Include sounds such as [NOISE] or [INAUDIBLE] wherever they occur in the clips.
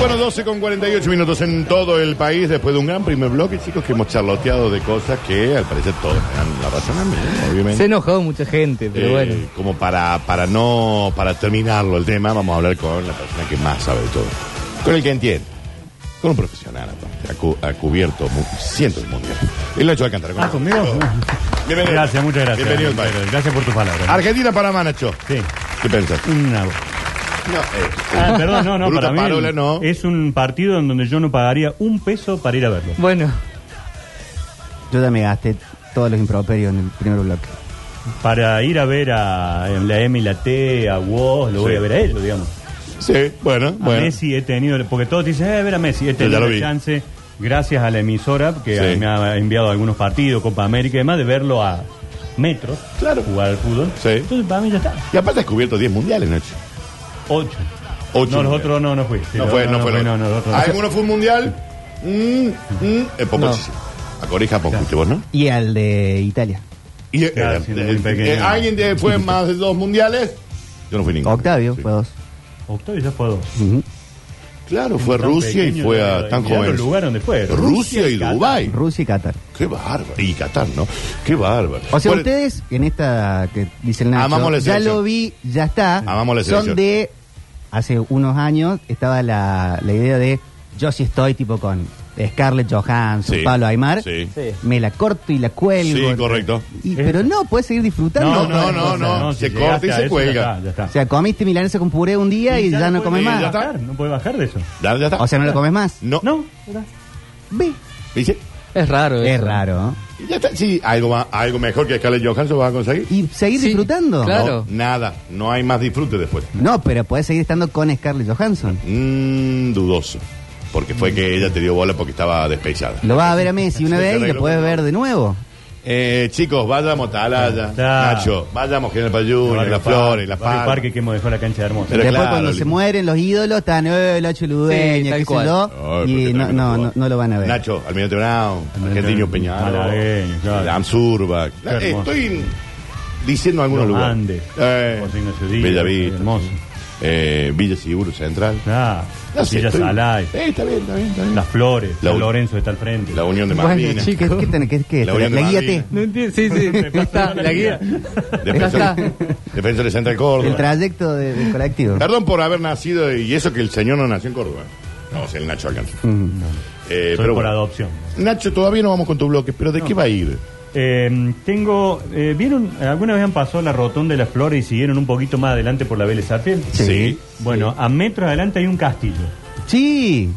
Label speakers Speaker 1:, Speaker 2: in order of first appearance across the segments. Speaker 1: Bueno, 12 con 48 minutos en todo el país después de un gran primer bloque, chicos, que hemos charloteado de cosas que al parecer todos me dan la razón a mí, obviamente.
Speaker 2: Se ha enojado mucha gente, pero
Speaker 1: Eh,
Speaker 2: bueno.
Speaker 1: Como para, para no, para terminarlo el tema, vamos a hablar con la persona que más sabe de todo. Con el que entiende. Con un profesional, aparte. Ha, cu- ha cubierto mu- cientos de mundiales. El Nacho Alcántara. con
Speaker 3: Ah,
Speaker 1: nosotros.
Speaker 3: conmigo.
Speaker 1: Bienvenido.
Speaker 3: [LAUGHS] Gracias, muchas gracias.
Speaker 1: Bienvenido Ah. al
Speaker 3: Muchas
Speaker 1: país.
Speaker 3: gracias. Gracias por tu palabra.
Speaker 1: Argentina para más, Nacho.
Speaker 3: Sí.
Speaker 1: ¿Qué pensás?
Speaker 3: Una-
Speaker 1: No, eh,
Speaker 3: Ah, perdón, no, no,
Speaker 1: Bruta
Speaker 3: para mí
Speaker 1: parola, no.
Speaker 3: es un partido en donde yo no pagaría un peso para ir a verlo.
Speaker 2: Bueno,
Speaker 4: Yo ya me gasté todos los improperios en el primer bloque.
Speaker 3: Para ir a ver a eh, la M y la T, a Woz, lo voy
Speaker 1: Sí.
Speaker 3: a ver a ellos, digamos.
Speaker 1: sí, bueno,
Speaker 3: A
Speaker 1: bueno.
Speaker 3: Messi he tenido, porque todos dicen, eh, ver a Messi, he
Speaker 1: ya
Speaker 3: tenido
Speaker 1: lo
Speaker 3: la
Speaker 1: vi.
Speaker 3: chance, gracias a la emisora, que
Speaker 1: Sí.
Speaker 3: me ha enviado algunos partidos, Copa América y demás, de verlo a metros,
Speaker 1: Claro.
Speaker 3: jugar al fútbol.
Speaker 1: Sí.
Speaker 3: Entonces para mí ya está.
Speaker 1: Y aparte has cubierto 10 mundiales, Nacho.
Speaker 3: Ocho.
Speaker 1: Ocho
Speaker 3: No, los
Speaker 1: mundiales.
Speaker 3: otros no, no fui. Sí,
Speaker 1: No
Speaker 3: los
Speaker 1: fue,
Speaker 3: otros
Speaker 1: no Ah, fue.
Speaker 3: No, no, los otros no.
Speaker 1: ¿Alguno fue un mundial? Mm, mm, eh, poco muchísimo. A Corea y Japón, fuiste vos, ¿no?
Speaker 4: Y al de Italia.
Speaker 1: Y, eh,
Speaker 3: Claro, siendo muy
Speaker 1: eh,
Speaker 3: pequeño.
Speaker 1: eh, ¿Alguien de- fue más de dos mundiales? Yo no fui ninguno.
Speaker 4: Octavio,
Speaker 1: Sí.
Speaker 4: fue dos.
Speaker 3: Octavio ya fue a dos.
Speaker 4: Ujú.
Speaker 1: Claro, fue a
Speaker 3: Tan
Speaker 1: Rusia y
Speaker 3: pequeño,
Speaker 1: fue
Speaker 3: la-
Speaker 1: a tan
Speaker 3: mirá
Speaker 1: joven.
Speaker 3: los lugares donde fue.
Speaker 1: Rusia y
Speaker 3: Qatar.
Speaker 1: Dubái.
Speaker 4: Rusia y Qatar.
Speaker 1: Qué bárbaro. Y Qatar, ¿no? Qué bárbaro.
Speaker 4: O sea,
Speaker 1: Bueno,
Speaker 4: ustedes, en esta que dice el Nacho,
Speaker 1: Amamos la
Speaker 4: ya
Speaker 1: selección.
Speaker 4: lo vi, ya está.
Speaker 1: Amamos la selección.
Speaker 4: Son de, hace unos años, estaba la, la idea de, yo sí estoy tipo con Scarlett Johansson,
Speaker 1: Sí.
Speaker 4: Pablo Aymar,
Speaker 1: Sí.
Speaker 2: Sí.
Speaker 4: me la corto y la cuelgo.
Speaker 1: Sí, correcto.
Speaker 4: Y- pero no, puedes seguir disfrutando.
Speaker 1: No, no, no, no. Se
Speaker 3: llegaste
Speaker 1: corta y
Speaker 3: a
Speaker 1: se
Speaker 3: eso,
Speaker 1: cuelga.
Speaker 3: ya está, ya está.
Speaker 4: O sea, comiste milanesa con puré un día y, ya, no comes
Speaker 3: puede
Speaker 4: más.
Speaker 3: bajar, No puede bajar de eso.
Speaker 1: ya, ya está.
Speaker 4: O sea, no lo comes más.
Speaker 1: no.
Speaker 3: No.
Speaker 4: Ve.
Speaker 1: Dice,
Speaker 2: es raro
Speaker 4: Es
Speaker 2: eso.
Speaker 4: raro. ¿no?
Speaker 1: y ya está. Sí, algo, va- algo mejor que Scarlett Johansson vas a conseguir.
Speaker 4: Y seguir
Speaker 2: Sí,
Speaker 4: disfrutando.
Speaker 2: claro.
Speaker 1: No, nada. No hay más disfrute después.
Speaker 4: No, pero puedes seguir estando con Scarlett Johansson.
Speaker 1: Mmm, dudoso. Porque fue que ella te dio bola porque estaba despechada.
Speaker 4: Lo vas a ver a Messi una
Speaker 1: Sí,
Speaker 4: vez y
Speaker 1: arreglo
Speaker 4: lo puedes
Speaker 1: con-
Speaker 4: ver de nuevo.
Speaker 1: Eh, chicos, vayamos a Talaya,
Speaker 3: Ya.
Speaker 1: Nacho, vayamos a General Payún,
Speaker 3: Barrio
Speaker 1: Las
Speaker 3: Parque,
Speaker 1: Flores, La
Speaker 3: Barrio
Speaker 1: Paz.
Speaker 3: parque que hemos dejado la cancha hermosa.
Speaker 1: Pero
Speaker 4: Después
Speaker 1: claro,
Speaker 4: cuando
Speaker 1: Lili.
Speaker 4: se mueren los ídolos están, eh, el Nacho
Speaker 2: Sí,
Speaker 4: Ludueña,
Speaker 2: tal
Speaker 4: qué sé
Speaker 2: cual.
Speaker 4: yo. Y no, no, no, no lo van a ver.
Speaker 1: Nacho, Almirante Brown, Argentino Peñal,
Speaker 3: Malagueño, claro.
Speaker 1: Amsurba.
Speaker 3: Qué hermoso.
Speaker 1: estoy diciendo algunos
Speaker 3: Los
Speaker 1: lugares.
Speaker 3: Andes,
Speaker 1: Eh,
Speaker 3: José Ignacio Díaz,
Speaker 1: Bella Vista,
Speaker 3: hermoso.
Speaker 1: eh, Villa Seguro Central.
Speaker 3: Ah,
Speaker 1: No sé,
Speaker 3: Villa
Speaker 1: estoy-
Speaker 3: Salay,
Speaker 1: Eh, está bien, está bien, está bien.
Speaker 3: Las Flores,
Speaker 1: La
Speaker 3: San
Speaker 1: un-
Speaker 3: Lorenzo está al frente.
Speaker 1: La Unión de
Speaker 2: Bueno,
Speaker 1: Malvinas.
Speaker 4: ¿Qué,
Speaker 2: chicos.
Speaker 1: [LAUGHS]
Speaker 4: qué, tenés- qué- qué-
Speaker 1: La
Speaker 4: la,
Speaker 1: Unión de
Speaker 4: guía
Speaker 1: Malvinas.
Speaker 4: T.
Speaker 2: No entiendo, sí, sí, está, la guía.
Speaker 1: Eh, Defensor,
Speaker 2: Ya
Speaker 1: Defensor de Central Córdoba.
Speaker 4: El trayecto de- del colectivo.
Speaker 1: Perdón por haber nacido y eso que el señor no nació en Córdoba. No, es el Nacho Alcántara. Eh,
Speaker 3: Mm, Soy
Speaker 1: pero
Speaker 3: por
Speaker 1: bueno.
Speaker 3: adopción.
Speaker 1: Nacho, todavía no vamos con tu bloque, pero ¿de qué va a ir?
Speaker 3: Eh, tengo, eh, ¿vieron? ¿Alguna vez han pasado la rotonda de las flores y siguieron un poquito más adelante por la Vélez Sarfield?
Speaker 1: Sí.
Speaker 3: Bueno, a metros adelante hay un castillo.
Speaker 4: Sí.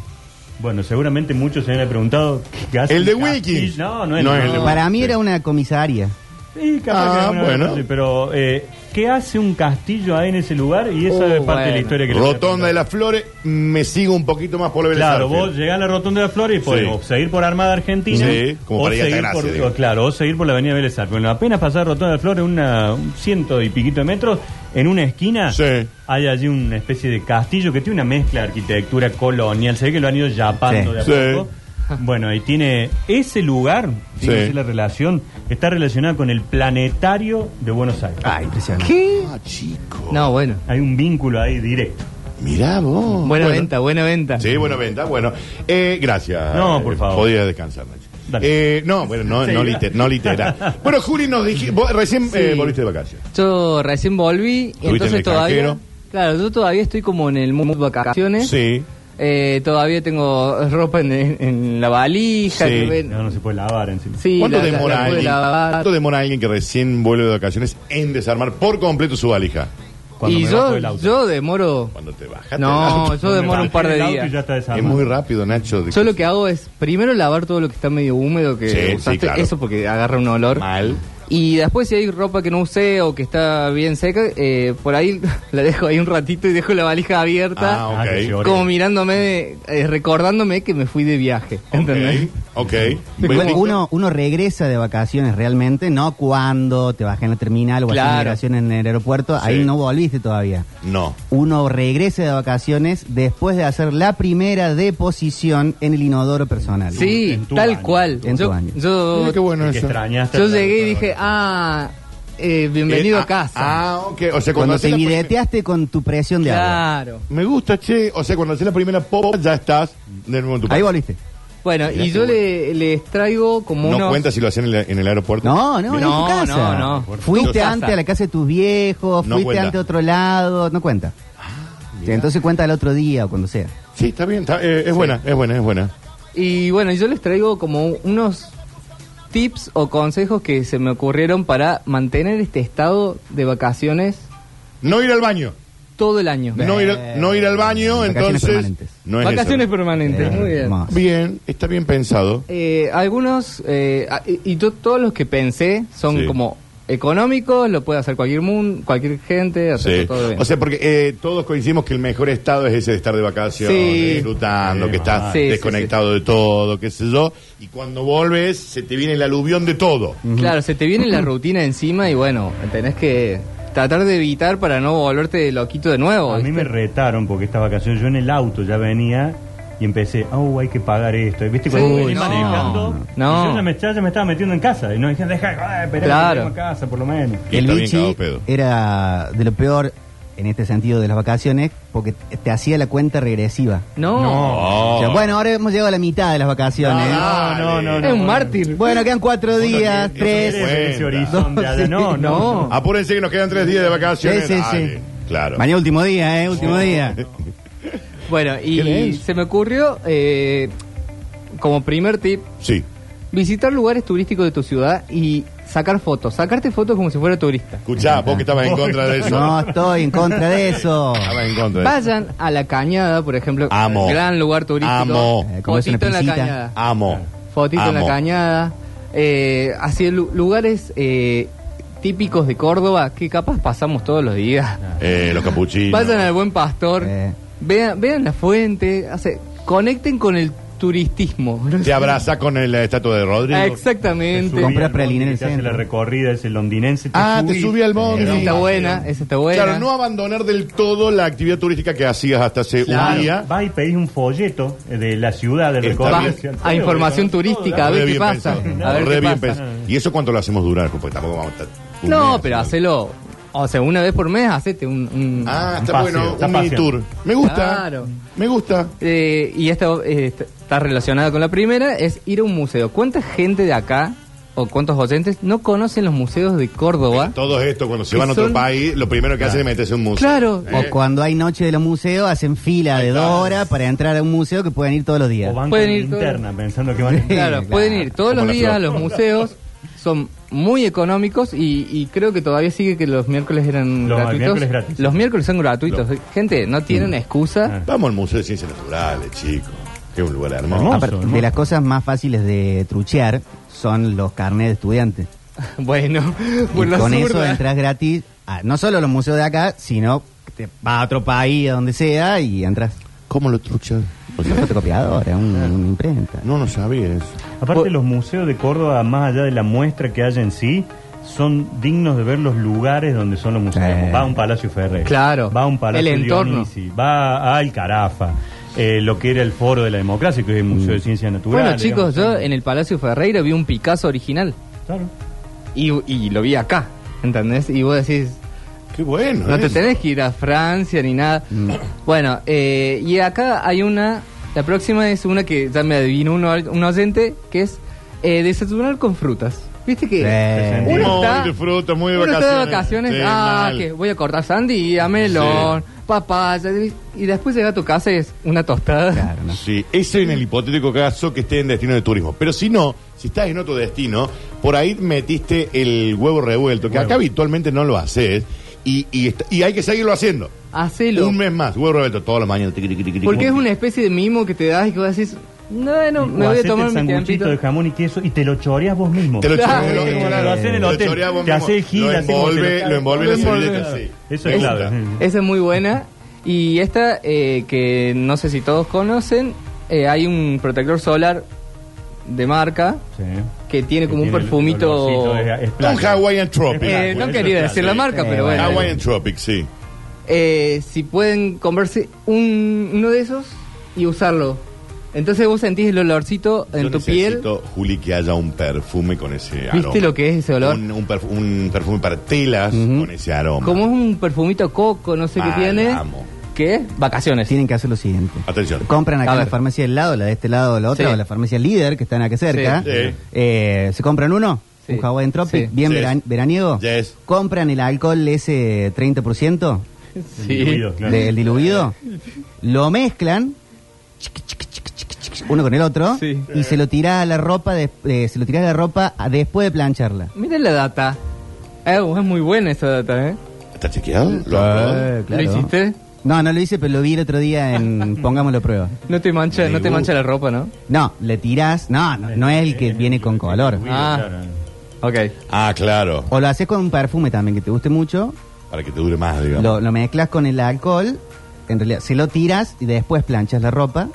Speaker 3: Bueno, seguramente muchos se han preguntado ¿qué hace
Speaker 1: El
Speaker 3: un
Speaker 1: de
Speaker 3: castillo?
Speaker 1: Wilkins.
Speaker 3: No, no es,
Speaker 1: No es
Speaker 3: el
Speaker 1: el de
Speaker 3: de
Speaker 4: Para mí era una comisaría.
Speaker 3: Sí, capaz que
Speaker 1: Ah,
Speaker 3: alguna vez
Speaker 1: bueno.
Speaker 3: pasé, pero eh, ¿qué hace un castillo ahí en ese lugar? Y esa
Speaker 2: Uh,
Speaker 3: es parte de
Speaker 2: bueno.
Speaker 3: la historia que les voy a
Speaker 1: Rotonda de las Flores, me sigo un poquito más por la
Speaker 3: contar.
Speaker 1: Vélez
Speaker 3: Claro,
Speaker 1: Sarsfield.
Speaker 3: vos llegás a la Rotonda de la Flores y podés
Speaker 1: Sí.
Speaker 3: o seguir por Armada Argentina
Speaker 1: Sí, como
Speaker 3: o,
Speaker 1: para ir a
Speaker 3: seguir
Speaker 1: Altagracia,
Speaker 3: por,
Speaker 1: digo.
Speaker 3: o, claro, o seguir por la Avenida Vélez Sarfield. Bueno, apenas pasar Rotonda de la Flores, una, un ciento y piquito de metros, en una esquina
Speaker 1: Sí.
Speaker 3: hay allí una especie de castillo que tiene una mezcla de arquitectura colonial. Se ve que lo han ido yapando
Speaker 4: Sí.
Speaker 3: de a
Speaker 1: Sí.
Speaker 3: poco. Bueno, y tiene ese lugar,
Speaker 1: Sí.
Speaker 3: tiene la relación, está relacionada con el planetario de Buenos Aires.
Speaker 4: Ah, impresionante.
Speaker 2: ¿Qué?
Speaker 1: Ah, chico.
Speaker 2: No, bueno.
Speaker 3: Hay un vínculo ahí directo.
Speaker 1: Mirá vos.
Speaker 2: Buena
Speaker 1: Bueno.
Speaker 2: venta, buena venta.
Speaker 1: Sí, buena venta, bueno. Eh, gracias.
Speaker 3: No, por
Speaker 1: Eh,
Speaker 3: favor.
Speaker 1: Podía descansar, Nacho.
Speaker 3: Dale.
Speaker 1: Eh, no, bueno, no,
Speaker 3: Sí,
Speaker 1: no,
Speaker 3: ¿verdad?
Speaker 1: liter- no
Speaker 3: [LAUGHS]
Speaker 1: literal. Bueno, Juli nos dijiste, vos recién eh, volviste de vacaciones.
Speaker 2: Yo recién volví,
Speaker 1: Estuviste
Speaker 2: entonces
Speaker 1: en el
Speaker 2: todavía.
Speaker 1: extranjero.
Speaker 2: Claro, yo todavía estoy como en el mundo de vacaciones.
Speaker 1: Sí.
Speaker 2: Eh, todavía tengo ropa en, en la valija.
Speaker 1: Sí.
Speaker 2: que ven-
Speaker 3: No, no se puede lavar encima.
Speaker 2: sí,
Speaker 1: ¿Cuánto,
Speaker 2: la- la-
Speaker 1: demora
Speaker 2: la pude
Speaker 1: alguien,
Speaker 2: lavar.
Speaker 1: cuánto demora alguien que recién vuelve de vacaciones en desarmar por completo su valija?
Speaker 3: Cuando
Speaker 2: Y
Speaker 3: me bajo
Speaker 2: yo,
Speaker 3: del auto.
Speaker 2: yo demoro.
Speaker 1: Cuando te bajas.
Speaker 2: No, yo
Speaker 3: Cuando me
Speaker 2: demoro un
Speaker 3: bajé
Speaker 2: par de
Speaker 3: del auto
Speaker 2: días.
Speaker 3: y ya está
Speaker 1: Es
Speaker 3: desarmado.
Speaker 1: muy rápido, Nacho. de-
Speaker 2: Yo lo que hago es primero lavar todo lo que está medio húmedo que
Speaker 1: Sí, sí,
Speaker 2: usaste,
Speaker 1: claro.
Speaker 2: eso porque agarra un olor.
Speaker 1: Mal.
Speaker 2: Y después si hay ropa que no usé o que está bien seca, eh, por ahí [LAUGHS] la dejo ahí un ratito y dejo la valija abierta,
Speaker 1: Ah,
Speaker 3: Ah, que
Speaker 1: ok.
Speaker 3: llora.
Speaker 2: como mirándome, eh, recordándome que me fui de viaje. ¿Entendés?
Speaker 1: Ok. ok.
Speaker 4: Bueno,
Speaker 1: Listo.
Speaker 4: uno, uno regresa de vacaciones realmente, no cuando te bajas en la terminal o haces
Speaker 2: Claro.
Speaker 4: migración en el aeropuerto,
Speaker 1: Sí.
Speaker 4: ahí no volviste todavía.
Speaker 1: No.
Speaker 4: Uno regresa de vacaciones después de hacer la primera deposición en el inodoro personal.
Speaker 2: Sí,
Speaker 3: en tu
Speaker 2: tal
Speaker 3: baño.
Speaker 2: cual.
Speaker 4: En tu
Speaker 2: yo,
Speaker 4: baño.
Speaker 2: yo-
Speaker 1: Mira qué bueno
Speaker 3: Que
Speaker 1: eso.
Speaker 3: extrañaste.
Speaker 2: yo llegué y dije, ah, eh, bienvenido
Speaker 1: Eh,
Speaker 2: a casa.
Speaker 1: Ah, ok. O sea, cuando,
Speaker 4: Cuando
Speaker 1: haces
Speaker 4: te
Speaker 1: la primera-
Speaker 4: videteaste con tu presión de agua.
Speaker 2: claro.
Speaker 1: Me gusta, che. O sea, cuando haces la primera popa, ya estás de nuevo en tu
Speaker 4: Ahí
Speaker 1: casa.
Speaker 4: volviste.
Speaker 2: Bueno,
Speaker 1: Mirá
Speaker 2: y
Speaker 1: qué
Speaker 2: yo
Speaker 1: bueno.
Speaker 2: le, les traigo como
Speaker 1: No
Speaker 2: unos...
Speaker 1: cuenta si lo hacen en el, en el aeropuerto.
Speaker 4: No, no,
Speaker 2: No,
Speaker 4: en tu casa.
Speaker 2: no, no.
Speaker 4: Fuiste
Speaker 1: Tu casa.
Speaker 4: antes a la casa de tus viejos,
Speaker 1: No
Speaker 4: fuiste
Speaker 1: cuenta. Ah,
Speaker 4: antes a otro lado, no cuenta. Sí, entonces cuenta el otro día o cuando sea.
Speaker 1: Sí, está bien. está- eh, es buena, es buena, es buena.
Speaker 2: Y bueno, yo les traigo como unos tips o consejos que se me ocurrieron para mantener este estado de vacaciones
Speaker 1: No ir al baño.
Speaker 2: todo el año.
Speaker 1: No ir, al, no ir al baño,
Speaker 4: Vacaciones
Speaker 1: entonces.
Speaker 4: permanentes.
Speaker 1: No es
Speaker 2: vacaciones
Speaker 1: eso.
Speaker 2: permanentes,
Speaker 4: Eh,
Speaker 2: muy bien.
Speaker 4: hermoso.
Speaker 1: Bien, está bien pensado.
Speaker 2: Eh, algunos, eh, a- y y yo todos los que pensé son
Speaker 1: Sí.
Speaker 2: como económicos, lo puede hacer cualquier mundo, cualquier gente, hacerlo
Speaker 1: Sí.
Speaker 2: todo bien.
Speaker 1: O sea, porque eh, todos coincidimos que el mejor estado es ese de estar de vacaciones,
Speaker 2: Sí.
Speaker 1: disfrutando,
Speaker 3: Sí,
Speaker 1: que estás
Speaker 3: más
Speaker 2: vale. Sí, sí,
Speaker 1: desconectado de todo, qué sé yo. Y cuando volves, se te viene el aluvión de todo.
Speaker 2: Claro, se te viene la rutina encima y bueno, tenés que tratar de evitar para no volverte loquito de nuevo.
Speaker 3: A mí
Speaker 2: ¿viste?
Speaker 3: me retaron porque esta vacación yo en el auto ya venía y empecé, oh, hay que pagar esto. Y ¿Viste? Cuando
Speaker 2: Sí,
Speaker 3: venía
Speaker 2: no,
Speaker 3: manejando,
Speaker 2: no.
Speaker 3: y yo ya me, ya- ya me estaba metiendo en casa. Y no dije, deja, ah, espera,
Speaker 2: Claro.
Speaker 3: que lleguemos a casa por lo menos.
Speaker 1: Y
Speaker 4: el
Speaker 1: está bien
Speaker 4: bichi
Speaker 1: cagado pedo.
Speaker 4: era de lo peor en este sentido de las vacaciones porque te te hacía la cuenta regresiva.
Speaker 2: No,
Speaker 1: Oh.
Speaker 4: O sea, bueno, ahora hemos llegado a la mitad de las
Speaker 1: Ah,
Speaker 4: vacaciones.
Speaker 1: No, no, no,
Speaker 2: es un mártir.
Speaker 4: Bueno, quedan cuatro días,
Speaker 1: bien,
Speaker 4: tres.
Speaker 1: eso bien.
Speaker 3: Ese- ese horizonte,
Speaker 4: No,
Speaker 2: [LAUGHS]
Speaker 3: Ada,
Speaker 4: sí,
Speaker 3: no, no.
Speaker 2: no.
Speaker 1: Apúrense que nos quedan tres días de vacaciones.
Speaker 4: Sí, sí, sí.
Speaker 1: Dale, Claro.
Speaker 4: Mañana último día,
Speaker 1: Oh,
Speaker 4: ¿eh? Último día.
Speaker 2: Bueno,
Speaker 1: ¿Qué
Speaker 2: y
Speaker 1: es?
Speaker 2: se me ocurrió eh, como primer tip
Speaker 1: [LAUGHS] Sí.
Speaker 2: visitar lugares turísticos de tu ciudad y sacar fotos. Sacarte fotos como si fuera turista.
Speaker 1: Escuchá, vos que estabas en contra de eso.
Speaker 4: No, estoy en contra
Speaker 1: [LAUGHS]
Speaker 4: de eso.
Speaker 1: Estabas en contra de eso.
Speaker 2: Vayan a la cañada, por ejemplo,
Speaker 1: Amo.
Speaker 2: gran lugar turístico.
Speaker 1: Amo.
Speaker 4: Eh, como es una
Speaker 2: Fotito en la
Speaker 4: piscita.
Speaker 2: cañada.
Speaker 1: Amo.
Speaker 2: Fotito en la
Speaker 1: Amo.
Speaker 2: cañada. Eh, así lu- lugares eh, típicos de Córdoba que capaz pasamos todos los días.
Speaker 1: Eh, los capuchinos.
Speaker 2: Vayan al Buen Pastor,
Speaker 4: Eh.
Speaker 2: vean, vean la fuente, hace- conecten con el turistismo. ¿no?
Speaker 1: Te abrazás con el- la estatua de Rodrigo.
Speaker 2: [LAUGHS] Ah,
Speaker 3: Te subí
Speaker 2: Exactamente.
Speaker 4: Comprar
Speaker 3: al bondi
Speaker 4: praline en
Speaker 3: que
Speaker 4: el
Speaker 3: te hace
Speaker 4: centro.
Speaker 3: la recorrida, ese londinense.
Speaker 1: Ah, te subí al bondi.
Speaker 2: Esa está
Speaker 1: Sí.
Speaker 2: buena, esa está buena.
Speaker 1: Claro, no abandonar del todo la actividad turística que hacías hasta hace un
Speaker 3: Eh, Claro,
Speaker 1: día.
Speaker 3: Va y pedís un folleto eh, de la ciudad, del
Speaker 1: Está
Speaker 3: recorrido.
Speaker 1: bien.
Speaker 3: hacia el-
Speaker 2: A información turística, a
Speaker 1: Re
Speaker 2: ver qué
Speaker 1: bien
Speaker 2: pasa.
Speaker 1: pensado.
Speaker 2: A ver
Speaker 1: Re
Speaker 2: qué
Speaker 1: bien
Speaker 2: pasa.
Speaker 1: pensado. ¿Y eso cuánto lo hacemos durar? Porque tampoco vamos a estar. un
Speaker 2: No,
Speaker 1: mes
Speaker 2: pero
Speaker 1: haciendo-
Speaker 2: hacelo. O sea, una vez por mes hacete un. un-
Speaker 1: Ah, está
Speaker 3: Un
Speaker 1: bueno.
Speaker 3: paseo, está
Speaker 1: un mini
Speaker 3: paseo.
Speaker 1: tour. Me gusta.
Speaker 2: Claro.
Speaker 1: Me gusta.
Speaker 2: Eh, y esta eh, est- está relacionada con la primera: es ir a un museo. ¿Cuánta gente de acá o cuántos oyentes no conocen los museos de Córdoba?
Speaker 1: Todo esto, cuando se
Speaker 2: Que
Speaker 1: van a otro
Speaker 2: son-
Speaker 1: país, lo primero que hacen es meterse en un museo.
Speaker 2: Claro.
Speaker 1: Eh,
Speaker 4: O cuando hay noche de los museos, hacen fila
Speaker 1: Ahí
Speaker 4: de
Speaker 1: está.
Speaker 4: dos horas para entrar a un museo que pueden ir todos los días.
Speaker 3: O van
Speaker 2: Pueden
Speaker 3: con
Speaker 2: ir
Speaker 3: linterna pensando que
Speaker 2: [LAUGHS]
Speaker 3: van a... [LAUGHS]
Speaker 2: [LAUGHS] Claro,
Speaker 4: claro.
Speaker 2: pueden ir todos
Speaker 1: Como
Speaker 2: los
Speaker 1: la
Speaker 2: días
Speaker 1: flor.
Speaker 2: a los museos. Son muy económicos y, y creo que todavía sigue que los miércoles eran
Speaker 3: Los
Speaker 2: gratuitos.
Speaker 3: miércoles gratis. Mm.
Speaker 2: Los miércoles son gratuitos. Gente, no tienen excusa.
Speaker 1: Vamos al Museo de Ciencias Naturales, chicos. Que es un lugar hermoso.
Speaker 3: Hermoso.
Speaker 4: Aparte, de las cosas más fáciles de truchear son los carnets de estudiantes.
Speaker 3: Ah.
Speaker 2: [LAUGHS] Bueno,
Speaker 4: Y
Speaker 2: por la
Speaker 4: con eso
Speaker 2: zurda.
Speaker 4: entras gratis, a- no solo a los museos de acá, sino que te vas a otro país, a donde sea, y entras.
Speaker 1: ¿Cómo lo truchan? O
Speaker 4: Una
Speaker 1: sea,
Speaker 4: fotocopiadora, un- una imprenta.
Speaker 1: no, no sabía eso.
Speaker 3: Aparte, los museos de Córdoba, más allá de la muestra que hay en sí, son dignos de ver los lugares donde son los museos.
Speaker 4: Eh.
Speaker 3: Va a un Palacio Ferrer.
Speaker 2: Claro.
Speaker 3: Va a un Palacio
Speaker 2: El entorno.
Speaker 3: Dionisi, va al Carafa. eh, lo que era el Foro de la Democracia, que es el Museo de Ciencias Naturales.
Speaker 2: Bueno, chicos,
Speaker 3: digamos.
Speaker 2: yo en el Palacio Ferreira vi un Picasso original
Speaker 3: Claro.
Speaker 2: y, y lo vi acá, ¿entendés? Y vos decís,
Speaker 1: Qué bueno. ¿eh?
Speaker 2: no te
Speaker 1: eso.
Speaker 2: tenés que ir a Francia ni nada. Bueno, eh, y acá hay una, la próxima es una que ya me adivinó un, or- un oyente, que es eh, desayunar con frutas. ¿Viste que...?
Speaker 4: Sí.
Speaker 1: Uno- Muy de fruta, muy de
Speaker 2: uno está
Speaker 1: vacaciones.
Speaker 2: vacaciones,
Speaker 1: Sí,
Speaker 2: ah,
Speaker 1: mal.
Speaker 2: que voy a cortar sandía, melón, papaya, y después llega a tu casa y es una tostada.
Speaker 4: Claro, no.
Speaker 1: Sí, eso en el hipotético caso que esté en destino de turismo. Pero si no, si estás en otro destino, por ahí metiste el huevo revuelto, que acá habitualmente no lo haces, y, y, est- y hay que seguirlo haciendo.
Speaker 2: Hacelo.
Speaker 1: Un mes más, huevo revuelto, todas las mañanas. tiqui, tiqui, tiqui, tiqui.
Speaker 2: Porque es una especie de mimo que te das y que vos decís, bueno, me
Speaker 3: O
Speaker 2: voy a
Speaker 3: hacete
Speaker 2: tomar
Speaker 3: el
Speaker 2: mi
Speaker 3: sanguchito
Speaker 2: tiempito.
Speaker 3: de jamón y queso y te lo choreás vos mismo.
Speaker 1: Te lo
Speaker 2: Claro.
Speaker 1: choreas,
Speaker 4: Eh,
Speaker 1: mismo,
Speaker 4: lo hacés en el
Speaker 1: te
Speaker 3: hotel.
Speaker 1: choreas vos
Speaker 3: Te
Speaker 1: mismo.
Speaker 3: hacés gira,
Speaker 1: Lo
Speaker 3: así como te
Speaker 1: envuelve,
Speaker 3: lo-
Speaker 1: lo envuelve en
Speaker 2: Lo envuelve.
Speaker 1: servilleta, sí.
Speaker 3: Eso es
Speaker 1: Me
Speaker 3: clave.
Speaker 1: gusta.
Speaker 2: Esa es muy buena. Y esta, eh, que no sé si todos conocen, eh, hay un protector solar de marca
Speaker 3: Sí.
Speaker 2: que tiene como
Speaker 3: Tiene el
Speaker 2: un perfumito...
Speaker 3: olorcito, es- es
Speaker 1: Un
Speaker 3: playa.
Speaker 1: Hawaiian Tropic.
Speaker 2: Eh,
Speaker 3: Blanco,
Speaker 2: no
Speaker 3: eso
Speaker 2: quería
Speaker 3: es
Speaker 2: decir
Speaker 3: plata,
Speaker 2: la marca,
Speaker 4: sí.
Speaker 2: pero
Speaker 4: Eh,
Speaker 2: bueno.
Speaker 1: Hawaiian Tropic, sí.
Speaker 2: Eh, si pueden comprarse un- uno de esos y usarlo Entonces vos sentís el olorcito en
Speaker 1: Yo
Speaker 2: tu piel.
Speaker 1: necesito, Juli, que haya un perfume con ese aroma.
Speaker 2: ¿Viste lo que es ese olor?
Speaker 1: Un, un perf- un perfume para telas con ese aroma.
Speaker 2: Como es un perfumito coco, no sé
Speaker 1: Mal,
Speaker 2: qué tiene.
Speaker 1: amo.
Speaker 2: ¿Qué? Vacaciones.
Speaker 4: Tienen que hacer lo siguiente.
Speaker 1: Atención.
Speaker 4: Compran acá
Speaker 2: A
Speaker 4: en la
Speaker 2: ver.
Speaker 4: farmacia del lado, la de este lado, la otra,
Speaker 2: Sí.
Speaker 4: o la farmacia líder, que están acá cerca.
Speaker 1: Sí. Sí.
Speaker 4: Eh, ¿Se compran uno?
Speaker 2: Sí.
Speaker 4: Un Hawaiian Tropic,
Speaker 2: Sí.
Speaker 4: bien
Speaker 1: Yes.
Speaker 4: veran- veraniego.
Speaker 1: Yes.
Speaker 4: Compran el alcohol ese 30%,
Speaker 2: Sí.
Speaker 3: Diluido, claro. Eh.
Speaker 4: del diluido. Lo mezclan, chiqui, chiqui, chiqui, chiqui, chiqui, uno con el otro,
Speaker 2: Sí.
Speaker 4: y se lo tirás a la ropa, des- eh, se lo tirás a la ropa a- después de plancharla.
Speaker 2: Mira la data. Eh, es muy buena esa data, ¿eh?
Speaker 1: ¿Está chequeado? ¿Lo
Speaker 2: Ah.
Speaker 1: aprobó?
Speaker 4: Eh, claro.
Speaker 2: ¿Lo hiciste?
Speaker 4: No, no lo hice, pero lo vi el otro día
Speaker 3: [LAUGHS]
Speaker 4: en Pongámoslo a prueba.
Speaker 2: No te mancha, no te mancha la ropa, ¿no?
Speaker 4: No, le tirás. No, no, no es el que viene con color.
Speaker 3: Diluido,
Speaker 2: Ah.
Speaker 3: claro.
Speaker 2: Ok.
Speaker 1: Ah, claro.
Speaker 4: O lo haces con un perfume también que te guste mucho.
Speaker 1: Para que te dure más, digamos.
Speaker 4: Lo, lo mezclas con el alcohol. En realidad, se lo tiras y después planchas la ropa.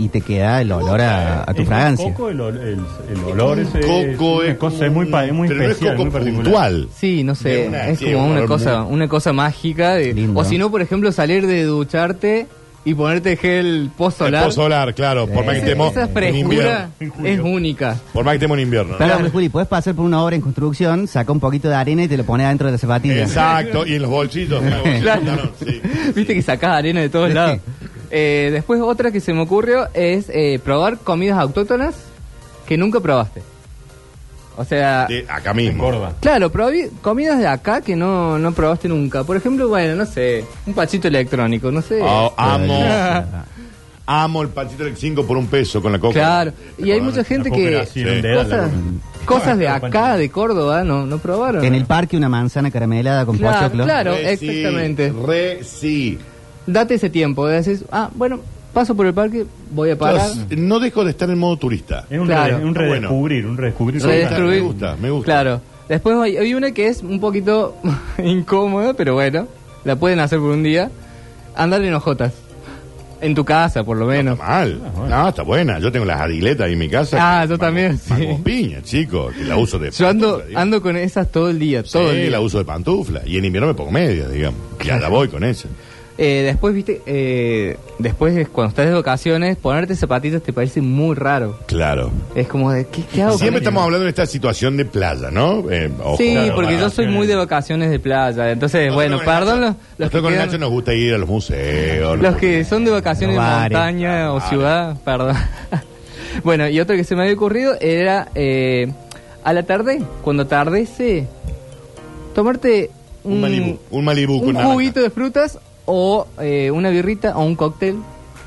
Speaker 4: Y te queda el olor a, a tu
Speaker 3: Es un
Speaker 4: fragancia.
Speaker 3: Coco, el, ol- el- el olor
Speaker 1: Un
Speaker 3: ese es
Speaker 1: coco
Speaker 3: una cosa, es muy, pa- es muy
Speaker 1: pero
Speaker 3: especial,
Speaker 1: no es
Speaker 3: muy
Speaker 1: coco
Speaker 3: particular.
Speaker 1: puntual.
Speaker 2: Sí, no
Speaker 1: De
Speaker 2: sé,
Speaker 1: una,
Speaker 2: es
Speaker 1: sí,
Speaker 2: como
Speaker 1: un
Speaker 2: una
Speaker 1: olor
Speaker 2: cosa,
Speaker 1: muy-
Speaker 2: una cosa mágica. de-
Speaker 4: Lindo.
Speaker 2: o si no, por ejemplo, salir de ducharte y ponerte gel
Speaker 1: El
Speaker 2: post-solar.
Speaker 1: pozo solar, claro. Por más
Speaker 4: Eh,
Speaker 1: que
Speaker 2: Esa-
Speaker 1: estemos
Speaker 2: Esa
Speaker 1: en
Speaker 2: frescura
Speaker 1: invierno.
Speaker 3: En julio.
Speaker 2: es única.
Speaker 1: Por más que estemos en invierno. ¿no?
Speaker 4: Pero, hombre, Juli, puedes pasar por una obra en construcción, saca un poquito de arena y te lo pones adentro de la zapatilla.
Speaker 1: Exacto. Y en los
Speaker 2: [LAUGHS]
Speaker 1: bolsillos. en los bolsillos,
Speaker 2: Claro.
Speaker 1: claro,
Speaker 2: [LAUGHS]
Speaker 1: sí.
Speaker 2: Viste que sacás arena de todos lados. Eh, después otra que se me ocurrió es eh, probar comidas autóctonas que nunca probaste. O sea,
Speaker 1: De acá
Speaker 3: Te
Speaker 1: mismo.
Speaker 3: engorda.
Speaker 2: claro, probé comidas de acá que no, no probaste nunca. Por ejemplo, bueno, no sé, un pachito electrónico, no sé.
Speaker 1: Oh, amo.
Speaker 2: [LAUGHS]
Speaker 1: Amo el patito del 5 por un peso con la coca.
Speaker 2: claro. Y hay
Speaker 1: Perdón,
Speaker 2: mucha gente
Speaker 3: coca
Speaker 2: que
Speaker 3: era así, era un dedo, la
Speaker 2: cosas,
Speaker 3: coca.
Speaker 2: cosas de
Speaker 3: Ah,
Speaker 2: acá, de Córdoba, no, no probaron.
Speaker 4: En el parque, una manzana caramelada con
Speaker 2: Claro,
Speaker 4: pochoclo.
Speaker 2: claro.
Speaker 1: Re sí,
Speaker 2: exactamente.
Speaker 1: Re sí.
Speaker 2: Date ese tiempo, decís, ah, bueno, paso por el parque, voy a parar.
Speaker 1: Yo s- no dejo de estar en modo turista.
Speaker 3: Es un,
Speaker 2: Claro.
Speaker 3: re- un
Speaker 1: Bueno.
Speaker 3: redescubrir, un redescubrir.
Speaker 2: Redescubrir.
Speaker 1: Me gusta, me gusta.
Speaker 2: Claro. Después hay, hay una que es un poquito [LAUGHS] incómoda, pero bueno, la pueden hacer por un día. Andar en hojotas. En tu casa, por lo menos.
Speaker 1: Está mal.
Speaker 3: bueno.
Speaker 1: No, está buena. Yo tengo las adiletas ahí en mi casa.
Speaker 2: Ah,
Speaker 1: Que van
Speaker 2: yo
Speaker 1: con-
Speaker 2: también,
Speaker 1: van
Speaker 2: sí.
Speaker 1: con piña, chico. Que la uso de
Speaker 2: Yo ando,
Speaker 1: pantufla, digamos.
Speaker 2: ando con esas todo el día, todo
Speaker 1: Sí,
Speaker 2: el día.
Speaker 1: la uso de pantufla. Y en invierno me pongo medias, digamos. Ya la voy con eso.
Speaker 2: Eh, después, viste, eh, después es cuando estás de vacaciones, ponerte zapatillas te parece muy raro.
Speaker 1: Claro.
Speaker 2: Es como de, ¿qué, qué hago? con
Speaker 1: Siempre
Speaker 2: esto?
Speaker 1: estamos hablando de esta situación de playa, ¿no? Eh, ojo.
Speaker 2: Sí,
Speaker 3: Claro,
Speaker 2: porque yo soy
Speaker 3: vacaciones.
Speaker 2: muy de vacaciones de playa. Entonces,
Speaker 1: Nosotros
Speaker 2: bueno,
Speaker 1: con el
Speaker 2: perdón los,
Speaker 1: Nacho-
Speaker 2: los que
Speaker 1: nosotros con el
Speaker 2: quedan-
Speaker 1: Nacho nos gusta ir a los museos.
Speaker 2: Los
Speaker 1: nos
Speaker 2: que
Speaker 1: gusta-
Speaker 2: son de vacaciones
Speaker 4: Los
Speaker 2: en
Speaker 4: bares.
Speaker 2: montaña o
Speaker 1: Bares.
Speaker 2: ciudad, perdón. [LAUGHS] bueno, y otro que se me había ocurrido era eh, a la tarde, cuando atardece, tomarte un,
Speaker 1: Un Malibú, un Malibú con
Speaker 2: un
Speaker 1: naranja.
Speaker 2: juguito de frutas o eh, una birrita o un cóctel.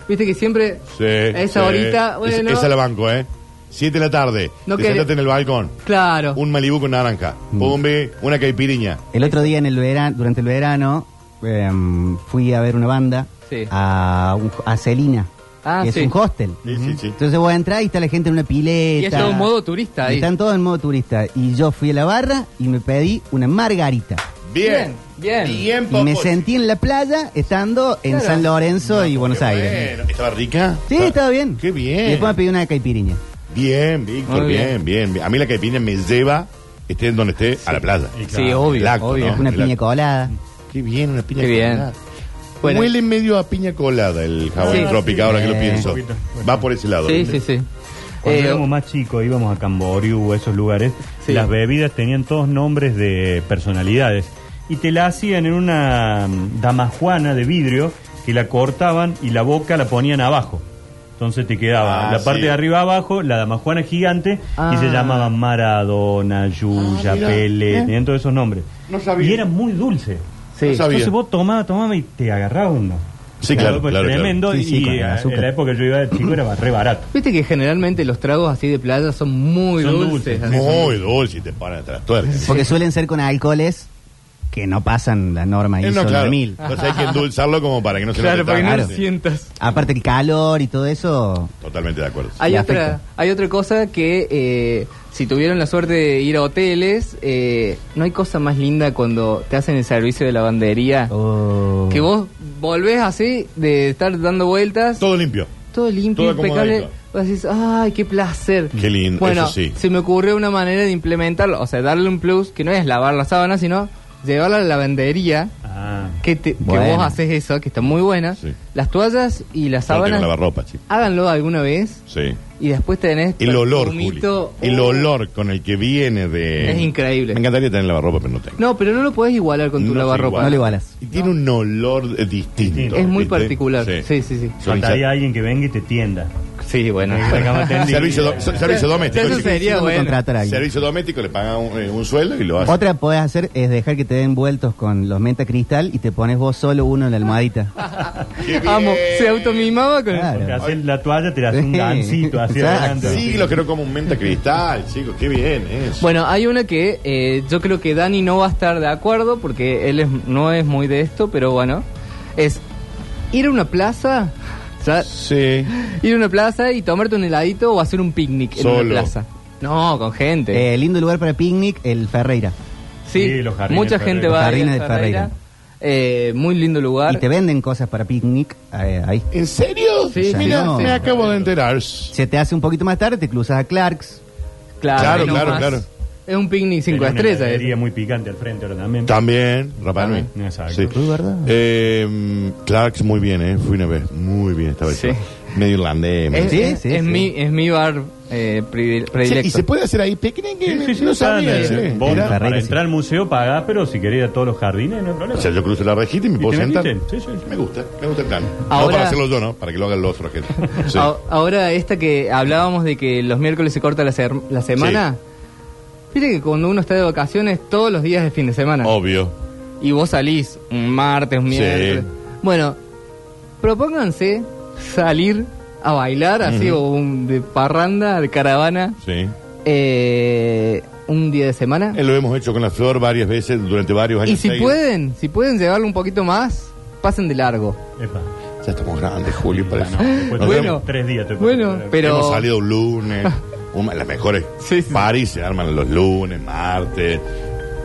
Speaker 2: Viste que siempre
Speaker 1: Sí,
Speaker 2: a esa
Speaker 1: sí.
Speaker 2: horita,
Speaker 1: Es-
Speaker 2: bueno,
Speaker 1: esa la banco, ¿eh? Siete de la tarde.
Speaker 2: No
Speaker 1: te
Speaker 2: que-
Speaker 1: sentaste en el balcón.
Speaker 2: claro, Mm.
Speaker 1: Un Malibú con naranja. Pombe, una caipiriña.
Speaker 4: El otro día en el verano, durante el verano, em, fui a ver una banda
Speaker 2: Sí.
Speaker 4: a, un- a Celina,
Speaker 2: Ah,
Speaker 4: que
Speaker 2: sí.
Speaker 4: es un hostel.
Speaker 1: Sí, sí, sí.
Speaker 4: Entonces voy a entrar y está la gente en una pileta.
Speaker 2: Y es todo en modo turista
Speaker 4: Y
Speaker 2: ahí.
Speaker 4: Están todos en modo turista. Y yo fui a la barra y me pedí una margarita.
Speaker 1: Bien.
Speaker 2: Bien, bien.
Speaker 4: Y me
Speaker 1: Popochi.
Speaker 4: sentí en la playa estando en
Speaker 2: Claro.
Speaker 4: San Lorenzo y Buenos
Speaker 1: Qué
Speaker 4: Aires.
Speaker 1: bueno. ¿Estaba rica?
Speaker 4: Sí,
Speaker 2: Ah,
Speaker 4: estaba bien.
Speaker 1: Qué bien.
Speaker 4: Y después me pedí una caipiriña.
Speaker 1: Bien, Víctor,
Speaker 2: Muy
Speaker 1: bien.
Speaker 2: bien.
Speaker 1: bien, bien. A mí la caipiriña me lleva, esté donde esté, a la playa.
Speaker 3: Y claro,
Speaker 2: sí, obvio,
Speaker 1: Lacto,
Speaker 2: obvio.
Speaker 1: ¿no?
Speaker 4: Una
Speaker 1: Mirá.
Speaker 4: piña colada.
Speaker 1: Qué bien, una piña
Speaker 2: Qué bien.
Speaker 1: colada.
Speaker 2: Bueno.
Speaker 1: Huele medio a piña colada el jabón
Speaker 2: Sí.
Speaker 1: tropical, ahora que lo
Speaker 4: Eh.
Speaker 1: pienso.
Speaker 3: Poquito.
Speaker 1: Va por ese lado.
Speaker 2: Sí, sí, sí.
Speaker 3: Cuando
Speaker 2: Eh,
Speaker 3: éramos más chicos, íbamos a Camboriú, a esos lugares,
Speaker 2: Sí.
Speaker 3: las bebidas tenían todos nombres de personalidades. Y te la hacían en una mm, damajuana de vidrio que la cortaban y la boca la ponían abajo. Entonces te quedaba
Speaker 1: Ah,
Speaker 3: la parte
Speaker 1: sí.
Speaker 3: de arriba abajo, la damajuana gigante,
Speaker 2: Ah.
Speaker 3: y se llamaban Maradona, Yuya,
Speaker 1: Ah, mira.
Speaker 4: Eh.
Speaker 3: Pelé,
Speaker 1: Bien.
Speaker 3: tenían todos esos nombres.
Speaker 1: No sabía.
Speaker 3: Y era muy dulce.
Speaker 2: sí.
Speaker 1: No sabía.
Speaker 3: Entonces vos tomabas, tomabas y te agarrabas uno.
Speaker 1: Sí, claro,
Speaker 3: Pues
Speaker 1: claro, claro.
Speaker 3: Tremendo,
Speaker 4: Sí, sí,
Speaker 3: y
Speaker 4: con el
Speaker 3: eh,
Speaker 4: azúcar.
Speaker 3: en la época que yo iba de chico era re barato.
Speaker 2: Viste que generalmente los tragos así de playa son muy
Speaker 3: Son
Speaker 2: dulces.
Speaker 3: dulces,
Speaker 2: así.
Speaker 1: Muy dulce y te ponen hasta las tuercas.
Speaker 4: Porque suelen ser con alcoholes que no pasan la norma
Speaker 1: Eh,
Speaker 4: ISO
Speaker 1: no, claro.
Speaker 4: 9000.
Speaker 1: Entonces
Speaker 2: [LAUGHS]
Speaker 1: hay que endulzarlo como para que no se
Speaker 2: Claro,
Speaker 1: note
Speaker 2: para que no
Speaker 1: tanto.
Speaker 2: lo sientas.
Speaker 4: Aparte el calor y todo eso.
Speaker 1: Totalmente de acuerdo.
Speaker 2: Hay
Speaker 4: Le
Speaker 2: otra,
Speaker 4: afecta.
Speaker 2: hay otra cosa que eh, si tuvieron la suerte de ir a hoteles, eh, no hay cosa más linda cuando te hacen el servicio de lavandería.
Speaker 4: Oh.
Speaker 2: Que vos volvés así, de estar dando vueltas, todo,
Speaker 1: Todo limpio.
Speaker 2: limpio,
Speaker 1: todo
Speaker 2: impecable.
Speaker 1: acomodadito.
Speaker 2: Vos decís, ay, qué placer.
Speaker 1: Qué lindo,
Speaker 2: bueno,
Speaker 1: eso sí.
Speaker 2: se me ocurrió una manera de implementarlo, o sea, darle un plus, que no es lavar la sábana, sino llevarla a la lavandería,
Speaker 3: Ah,
Speaker 2: que, te- que
Speaker 4: Bueno.
Speaker 2: vos haces eso, que está muy buena,
Speaker 1: Sí.
Speaker 2: las toallas y las
Speaker 1: Tengo que
Speaker 2: sábanas,
Speaker 1: lavar ropa, chico.
Speaker 2: háganlo alguna vez
Speaker 1: Sí.
Speaker 2: y después tenés
Speaker 1: El olor, Juli.
Speaker 2: perfumito. Oh,
Speaker 1: El olor con el que viene de...
Speaker 2: Es increíble.
Speaker 1: Me encantaría tener lavarropa, pero no tengo.
Speaker 2: No, pero no lo podés igualar con tu
Speaker 1: No se
Speaker 2: lavarropa.
Speaker 1: iguala.
Speaker 4: No lo igualas.
Speaker 1: Y tiene un olor eh, distinto.
Speaker 2: Es muy
Speaker 1: ¿viste?
Speaker 2: particular. Sí, sí, sí.
Speaker 1: Son
Speaker 3: faltaría alguien que venga y
Speaker 1: [LAUGHS]
Speaker 3: te tienda.
Speaker 2: Sí, bueno.
Speaker 3: Una cama
Speaker 1: ya-
Speaker 3: tendida.
Speaker 1: Servicio, do- so- servicio doméstico.
Speaker 2: Eso
Speaker 1: chico.
Speaker 2: sería
Speaker 4: Tengo que
Speaker 2: bueno.
Speaker 4: contratar a alguien.
Speaker 1: Servicio doméstico, le pagan un, eh, un sueldo y lo hace.
Speaker 4: Otra que podés hacer es dejar que te den vueltos con los menta cristal y te pones vos solo uno en la almohadita.
Speaker 1: ¡Qué bien!
Speaker 2: Amo, se automimaba con
Speaker 4: Claro.
Speaker 3: Te haces la toalla, te la haces un
Speaker 4: Sí.
Speaker 3: gancito así
Speaker 4: Exacto.
Speaker 3: adelante.
Speaker 1: Siglos que no como un menta cristal, chicos. Qué bien eso.
Speaker 2: Bueno, hay una que eh, yo creo que Dani no va a estar de acuerdo porque él es- no es muy de esto, pero bueno, es ir a una plaza, o sea,
Speaker 1: Sí.
Speaker 2: ir a una plaza y tomarte un heladito o hacer un picnic en
Speaker 1: Solo.
Speaker 2: una plaza. No, con gente.
Speaker 4: Eh, lindo lugar para picnic, el Ferreira.
Speaker 2: sí,
Speaker 3: sí, los jardines
Speaker 2: mucha
Speaker 3: Ferreira.
Speaker 2: gente
Speaker 4: Los
Speaker 2: va a
Speaker 4: jardines de Ferreira.
Speaker 2: Eh, muy lindo lugar.
Speaker 4: Y te venden cosas para picnic eh, ahí.
Speaker 1: ¿En serio?
Speaker 2: Sí, sí,
Speaker 1: Mira,
Speaker 4: no.
Speaker 1: me acabo de enterar.
Speaker 4: Se te hace un poquito más tarde, te cruzas a Clark's.
Speaker 2: Claro,
Speaker 1: Claro,
Speaker 2: ahí
Speaker 1: claro,
Speaker 2: nomás.
Speaker 1: claro.
Speaker 2: Es un picnic cinco
Speaker 3: Tenía una
Speaker 2: estrellas.
Speaker 1: eh.
Speaker 3: heladería
Speaker 2: eso.
Speaker 3: muy picante al frente ahora también.
Speaker 1: También,
Speaker 2: Ah,
Speaker 1: Rapa Nui.
Speaker 3: También, exacto.
Speaker 1: Sí.
Speaker 4: Uy, ¿verdad?
Speaker 1: Eh, Clarks, muy bien, ¿eh? Fui una vez. Muy bien esta vez.
Speaker 2: Sí.
Speaker 1: Medio irlandés. medio-
Speaker 2: Es,
Speaker 4: Sí,
Speaker 2: es-
Speaker 4: sí,
Speaker 2: es
Speaker 4: sí.
Speaker 2: Mi, es mi bar eh, predi-
Speaker 1: Sí,
Speaker 2: predilecto.
Speaker 1: ¿Y se puede hacer ahí picnic?
Speaker 3: Sí, sí, sí,
Speaker 1: no
Speaker 3: está en
Speaker 1: sabía.
Speaker 3: el-
Speaker 1: sí.
Speaker 3: vos,
Speaker 1: Mirá.
Speaker 4: Ferreira,
Speaker 3: para
Speaker 4: sí.
Speaker 3: entrar al museo pagás, pero si querés ir a todos los jardines no hay problema.
Speaker 1: O sea, yo cruzo la rejita y me
Speaker 3: ¿Y
Speaker 1: puedo
Speaker 3: te
Speaker 1: sentar.
Speaker 3: metiste? Sí, sí, sí.
Speaker 1: Me gusta, me gusta el plan. no
Speaker 2: Ahora-
Speaker 1: para hacerlo yo, ¿no? Para que lo hagan los otros.
Speaker 2: [LAUGHS]
Speaker 1: gente. Sí.
Speaker 2: A- Ahora, esta que hablábamos de que los miércoles se corta la, ser- la semana. Mire que cuando uno está de vacaciones, todos los días es fin de semana.
Speaker 1: Obvio.
Speaker 2: Y vos salís un martes, un
Speaker 1: Sí.
Speaker 2: miércoles. Bueno, propónganse salir a bailar, así,
Speaker 1: Ujú.
Speaker 2: o un- de parranda, de caravana,
Speaker 1: Sí.
Speaker 2: eh, un día de semana.
Speaker 1: Eh, lo hemos hecho con la flor varias veces durante varios años.
Speaker 2: y si
Speaker 1: seguidos.
Speaker 2: pueden, si pueden llevarlo un poquito más, pasen de largo.
Speaker 3: Epa.
Speaker 1: Ya estamos grandes, Julio, para eso.
Speaker 3: No, después
Speaker 1: Nos
Speaker 2: Bueno,
Speaker 1: vemos.
Speaker 3: tres días te
Speaker 2: Bueno,
Speaker 3: puedo-
Speaker 2: pero...
Speaker 1: Hemos salido un
Speaker 2: [LAUGHS]
Speaker 1: lunes. una- las mejores
Speaker 2: Sí, sí.
Speaker 1: parties se arman los lunes, martes,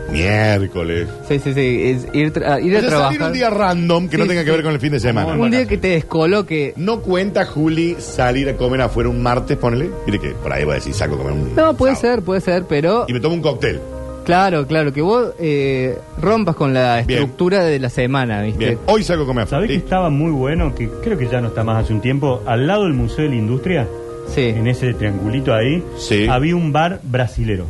Speaker 1: miércoles.
Speaker 2: Sí, sí, sí, es ir, tra- ir a
Speaker 1: Ya salir
Speaker 2: trabajar.
Speaker 1: un día random que no
Speaker 2: Sí,
Speaker 1: tenga que
Speaker 2: sí.
Speaker 1: ver con el fin de semana.
Speaker 2: Un día que te descoloque.
Speaker 1: No cuenta, Juli, salir a comer afuera un martes, ponele. Mire que por ahí va a decir, saco a comer un.
Speaker 2: No, puede
Speaker 1: sábado.
Speaker 2: ser, puede ser, pero
Speaker 1: Y me tomo un cóctel.
Speaker 2: claro, claro, que vos eh, rompas con la
Speaker 1: Bien.
Speaker 2: estructura de la semana, ¿viste?
Speaker 1: Bien, hoy saco a comer afuera.
Speaker 3: ¿Sabés que
Speaker 1: Listo.
Speaker 3: estaba muy bueno? Que creo que ya no está más hace un tiempo. Al lado del Museo de la Industria,
Speaker 2: Sí.
Speaker 3: en ese triangulito ahí,
Speaker 1: Sí.
Speaker 3: había un bar brasilero.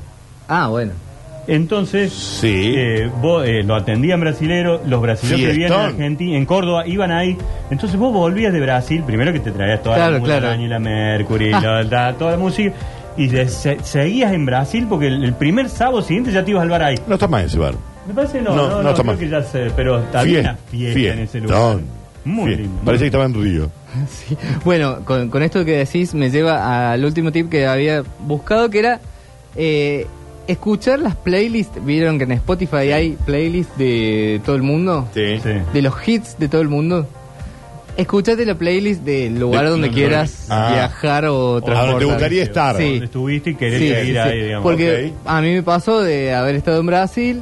Speaker 2: Ah, bueno. [LAUGHS]
Speaker 3: Entonces,
Speaker 1: Sí.
Speaker 3: eh, vos, eh, lo atendían brasileros, los brasileños que vivían en
Speaker 1: Fiestón.
Speaker 3: Argentina, en Córdoba, iban ahí. Entonces vos volvías de Brasil, primero que te traías toda
Speaker 2: Claro,
Speaker 3: la música,
Speaker 2: claro. Ah.
Speaker 3: Dani, la Mercury, la- la- toda la música, y de- se- seguías en Brasil porque el, el primer sábado siguiente ya te ibas al bar ahí.
Speaker 1: No está más ese bar.
Speaker 3: Me parece que no,
Speaker 1: No,
Speaker 3: no,
Speaker 1: no
Speaker 3: no,
Speaker 1: está
Speaker 3: creo
Speaker 1: mal.
Speaker 3: que ya sé, pero había
Speaker 1: Fie-
Speaker 3: una fiesta en ese lugar.
Speaker 1: fiestón.
Speaker 3: Muy
Speaker 1: Fie-
Speaker 3: lindo.
Speaker 1: Parece que estaba en Río.
Speaker 2: Sí. Bueno, con, con esto que decís me lleva al último tip que había buscado, que era eh, escuchar las playlists. Vieron que en Spotify hay playlists de todo el mundo,
Speaker 1: Sí.
Speaker 3: Sí.
Speaker 2: de los hits de todo el mundo. Escuchate la playlist del lugar
Speaker 1: De-
Speaker 2: donde
Speaker 1: no,
Speaker 2: quieras
Speaker 1: no, no. Ah.
Speaker 2: viajar o
Speaker 1: A donde
Speaker 2: transportar.
Speaker 1: te gustaría estar.
Speaker 2: Sí.
Speaker 3: Donde estuviste y querés
Speaker 2: Sí,
Speaker 3: ir
Speaker 2: sí, sí.
Speaker 3: ahí, digamos.
Speaker 2: Porque
Speaker 1: ok.
Speaker 2: a mí me pasó de haber estado en Brasil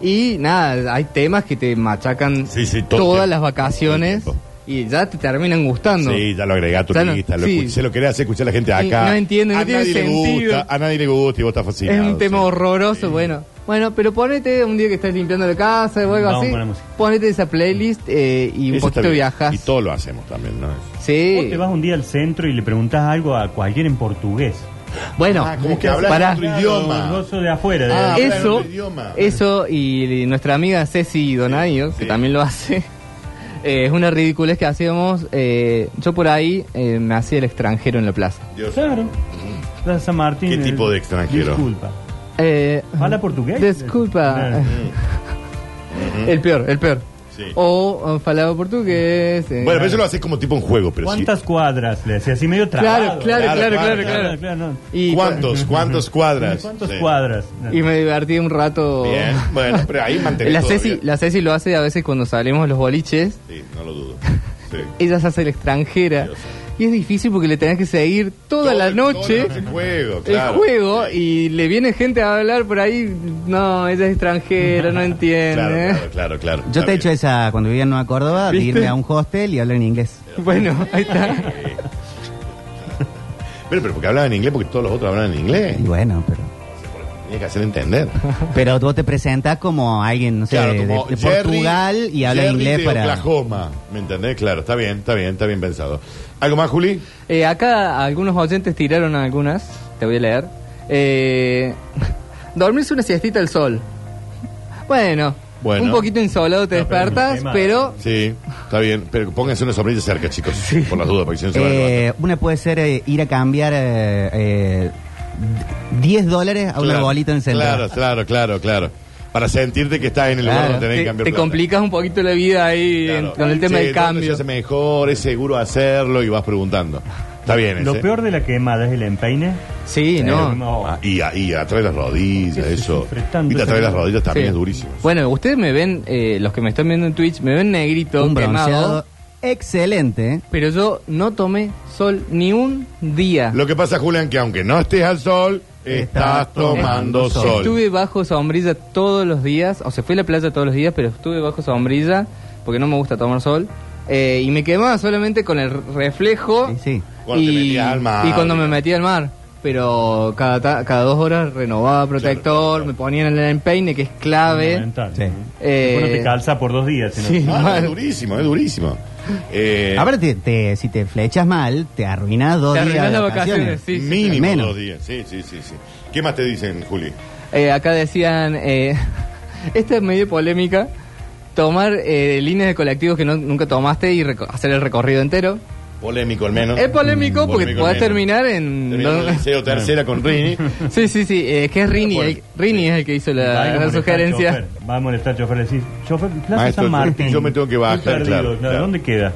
Speaker 2: y nada, hay temas que te machacan
Speaker 1: Sí, sí, todo el tiempo.
Speaker 2: todas las vacaciones
Speaker 1: Todo el
Speaker 2: y ya te terminan gustando.
Speaker 1: Sí, ya lo agregá a tu
Speaker 2: Ya no-
Speaker 1: lista, lo
Speaker 2: sí.
Speaker 1: escuché, se lo querés hacer escuchar a la gente de
Speaker 2: Y
Speaker 1: acá.
Speaker 2: no entiende, no
Speaker 1: a
Speaker 2: tiene
Speaker 1: nadie le
Speaker 2: sentido.
Speaker 1: Gusta, a nadie le gusta y vos estás
Speaker 2: es
Speaker 1: fascinado.
Speaker 2: un tema
Speaker 1: sí.
Speaker 2: horroroso, bueno. Bueno, pero ponete un día que estás limpiando la casa o algo
Speaker 3: Vamos
Speaker 2: así,
Speaker 3: con la música.
Speaker 2: ponete esa playlist eh, y un
Speaker 1: Eso está
Speaker 2: poquito Ah,
Speaker 1: bien.
Speaker 2: viajas.
Speaker 1: Y todo lo hacemos también, ¿no?
Speaker 3: Vos
Speaker 2: Sí.
Speaker 3: te vas un día al centro y le preguntás algo a cualquier en portugués.
Speaker 2: Bueno,
Speaker 1: Ah, como que hablas
Speaker 2: pará.
Speaker 1: otro idioma.
Speaker 3: El gozo de afuera. de-
Speaker 1: Ah, hablar
Speaker 2: eso,
Speaker 1: otro idioma.
Speaker 2: eso y nuestra amiga Ceci Donadio, que
Speaker 1: sí.
Speaker 2: también lo hace, [LAUGHS] eh, es una ridiculez que hacíamos. eh, yo por ahí eh, me hacía el extranjero en la plaza.
Speaker 1: Dios.
Speaker 3: Claro. Plaza San Martín.
Speaker 1: ¿Qué
Speaker 3: el-
Speaker 1: tipo de extranjero?
Speaker 3: Disculpa.
Speaker 2: Eh,
Speaker 3: ¿Habla portugués?
Speaker 2: Disculpa.
Speaker 3: Claro.
Speaker 2: [LAUGHS] el peor, el peor.
Speaker 1: Sí.
Speaker 2: O, o falaba portugués. eh,
Speaker 1: Bueno, pero eso lo haces como tipo un juego, pero sí.
Speaker 3: ¿Cuántas cuadras? Le decía así medio
Speaker 2: Claro,
Speaker 3: trabado.
Speaker 2: claro,
Speaker 1: Claro,
Speaker 2: claro,
Speaker 1: claro,
Speaker 2: claro, claro.
Speaker 3: no.
Speaker 2: Y,
Speaker 1: ¿Cuántos? ¿Cuántos cuadras?
Speaker 3: ¿Cuántas
Speaker 1: Sí.
Speaker 3: cuadras?
Speaker 2: y me divertí un rato.
Speaker 1: Bien, bueno, pero ahí mantenés
Speaker 2: [LAUGHS] La
Speaker 1: todo
Speaker 2: Ceci,
Speaker 1: bien.
Speaker 2: la Ceci lo hace a veces cuando salimos a los boliches.
Speaker 1: Sí, no lo dudo. Sí.
Speaker 2: ella se hace la extranjera.
Speaker 1: Dios.
Speaker 2: Y es difícil porque le tenés que seguir [LAUGHS] toda la
Speaker 1: Todo-
Speaker 2: noche
Speaker 1: todo el juego,
Speaker 2: el
Speaker 1: claro.
Speaker 2: juego
Speaker 1: Sí.
Speaker 2: y le viene gente a hablar por ahí. No, ella es
Speaker 1: [LAUGHS]
Speaker 2: extranjera, no entiende.
Speaker 1: Claro, claro, claro, claro.
Speaker 4: ¿eh? Yo te he hecho
Speaker 1: eso.
Speaker 4: esa cuando vivía en Nueva Córdoba, de
Speaker 2: ¿Viste?
Speaker 4: irme a un hostel y hablar en inglés.
Speaker 2: [LAUGHS] Bueno,
Speaker 1: [LAUGHS]
Speaker 2: ahí está.
Speaker 1: Pero, pero porque hablaban en inglés, porque todos los otros hablaban en inglés.
Speaker 4: Y bueno, pero.
Speaker 1: Tiene que hacer
Speaker 4: [LAUGHS]
Speaker 1: entender.
Speaker 4: Pero vos te presentas como alguien, no sé,
Speaker 1: Claro,
Speaker 4: de,
Speaker 1: como
Speaker 4: de
Speaker 1: Jerry-
Speaker 4: Portugal y habla
Speaker 1: Jerry
Speaker 4: inglés
Speaker 1: de
Speaker 4: para.
Speaker 1: Oklahoma, ¿me entendés? Claro, está bien, está bien, está bien pensado. ¿Algo más, Juli?
Speaker 2: Eh, acá algunos oyentes tiraron algunas, te voy a leer. Eh, [LAUGHS] dormirse una siestita al sol. Bueno,
Speaker 1: Bueno.
Speaker 2: un poquito insolado te
Speaker 3: No, pero
Speaker 2: despertas,
Speaker 3: no hay
Speaker 2: pero,
Speaker 1: Sí, está bien, pero pónganse una sombrilla cerca, chicos, por las dudas, porque si no se van a levantar.
Speaker 4: Eh, una puede ser eh, ir a cambiar eh, eh, 10 dólares a una
Speaker 1: Claro,
Speaker 4: bolita en centro.
Speaker 1: Claro, claro, claro, claro. Para sentirte que estás en el lugar
Speaker 4: Claro.
Speaker 1: donde tenés que
Speaker 2: te,
Speaker 1: cambiar
Speaker 2: te
Speaker 1: plata.
Speaker 2: complicas un poquito la vida ahí
Speaker 1: Claro.
Speaker 2: en- con el tema
Speaker 1: Che,
Speaker 2: del
Speaker 1: ¿dónde
Speaker 2: cambio.
Speaker 1: se hace mejor, es seguro hacerlo y vas preguntando. Está bien,
Speaker 3: Lo
Speaker 1: ese.
Speaker 3: peor de la quemada es el empeine. Eh,
Speaker 2: Sí, no.
Speaker 1: Ah, y, a- y atrae las rodillas,
Speaker 3: Eso
Speaker 1: eso.
Speaker 3: sufre tanto,
Speaker 1: y te atrae
Speaker 3: esa
Speaker 1: las
Speaker 3: cosa.
Speaker 1: rodillas también
Speaker 2: Sí.
Speaker 1: es durísimo.
Speaker 2: Bueno, ustedes me ven, eh, los que me están viendo en Twitch, me ven negrito,
Speaker 4: Un bronceado
Speaker 2: quemado,
Speaker 4: excelente. eh,
Speaker 2: pero yo no tomé sol ni un día.
Speaker 1: Lo que pasa, Julián, que aunque no estés al sol, estás
Speaker 4: Estás
Speaker 1: tomando
Speaker 4: tomando
Speaker 1: sol. Ah,
Speaker 2: Estuve bajo sombrilla todos los días, o sea, fui a la playa todos los días, pero estuve bajo sombrilla porque no me gusta tomar sol. eh, y me quemaba solamente con el
Speaker 1: Oh.
Speaker 2: reflejo
Speaker 4: Sí, sí.
Speaker 1: Cuando te metías al mar,
Speaker 2: y cuando me
Speaker 1: digamos.
Speaker 2: metía al mar. Pero cada, ta- cada dos horas renovaba protector,
Speaker 1: claro.
Speaker 2: me ponían el empeine, que es clave.
Speaker 4: Sí.
Speaker 2: Eh,
Speaker 3: Uno te calza por dos días. si no-
Speaker 2: sí.
Speaker 1: Ah, no,
Speaker 2: mal.
Speaker 1: es durísimo, es durísimo. Eh,
Speaker 4: Aparte, te- si te flechas mal, te arruinas dos
Speaker 2: Te
Speaker 4: días
Speaker 2: arruinás
Speaker 4: de
Speaker 2: las vacaciones,
Speaker 4: vacaciones.
Speaker 2: sí, sí, sí.
Speaker 1: mínimo
Speaker 4: Menos.
Speaker 1: dos días. Sí, sí, sí, sí. ¿Qué más te dicen, Juli?
Speaker 2: Eh, acá decían, eh, [LAUGHS] esta es medio polémica, tomar eh, líneas de colectivos que no- nunca tomaste y reco- hacer el recorrido entero.
Speaker 1: Polémico al menos.
Speaker 2: Es polémico porque
Speaker 1: Mm, Polémico al
Speaker 2: podés
Speaker 1: menos.
Speaker 2: terminar en...
Speaker 1: Terminando el liceo tercera con Rini.
Speaker 2: [LAUGHS] Sí, sí, sí, eh, es que es Rini, el- Rini es el que hizo
Speaker 3: Va a
Speaker 2: la,
Speaker 3: molestar
Speaker 2: la
Speaker 3: al
Speaker 2: sugerencia.
Speaker 3: chofer, Va a molestar al chofer y decir, chofer, Plaza
Speaker 1: Maestro,
Speaker 3: San Martín.
Speaker 1: yo me tengo que bajar,
Speaker 3: Estoy perdido,
Speaker 1: claro, claro.
Speaker 3: ¿Dónde queda?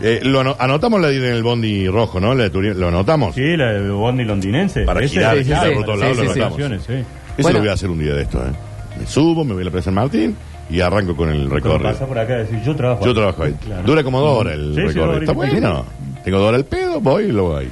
Speaker 1: Eh, lo ano- anotamos la de ir en el bondi rojo, ¿no? La de Turín, lo anotamos.
Speaker 3: Sí, la de Bondi londinense.
Speaker 1: Para
Speaker 3: Ese-
Speaker 1: girar,
Speaker 3: sí,
Speaker 2: girar
Speaker 3: sí,
Speaker 2: por todos
Speaker 3: sí,
Speaker 2: lados,
Speaker 3: sí,
Speaker 2: lo
Speaker 3: sí,
Speaker 1: notamos.
Speaker 3: opciones, sí.
Speaker 1: Eso lo
Speaker 2: Bueno.
Speaker 1: voy a hacer un día de esto, ¿eh? Me subo, me voy a la Plaza San Martín y arranco con el
Speaker 3: Cuando Pasa
Speaker 1: recorrido.
Speaker 3: por acá y decir, yo trabajo.
Speaker 1: Yo
Speaker 3: ahí".
Speaker 1: trabajo ahí.
Speaker 3: Claro.
Speaker 1: Dura como dos horas el
Speaker 3: Sí, sí, dos
Speaker 1: recorrido.
Speaker 3: horas
Speaker 1: Está
Speaker 3: y media.
Speaker 1: bueno. Tengo dos horas al pedo, voy y luego ahí.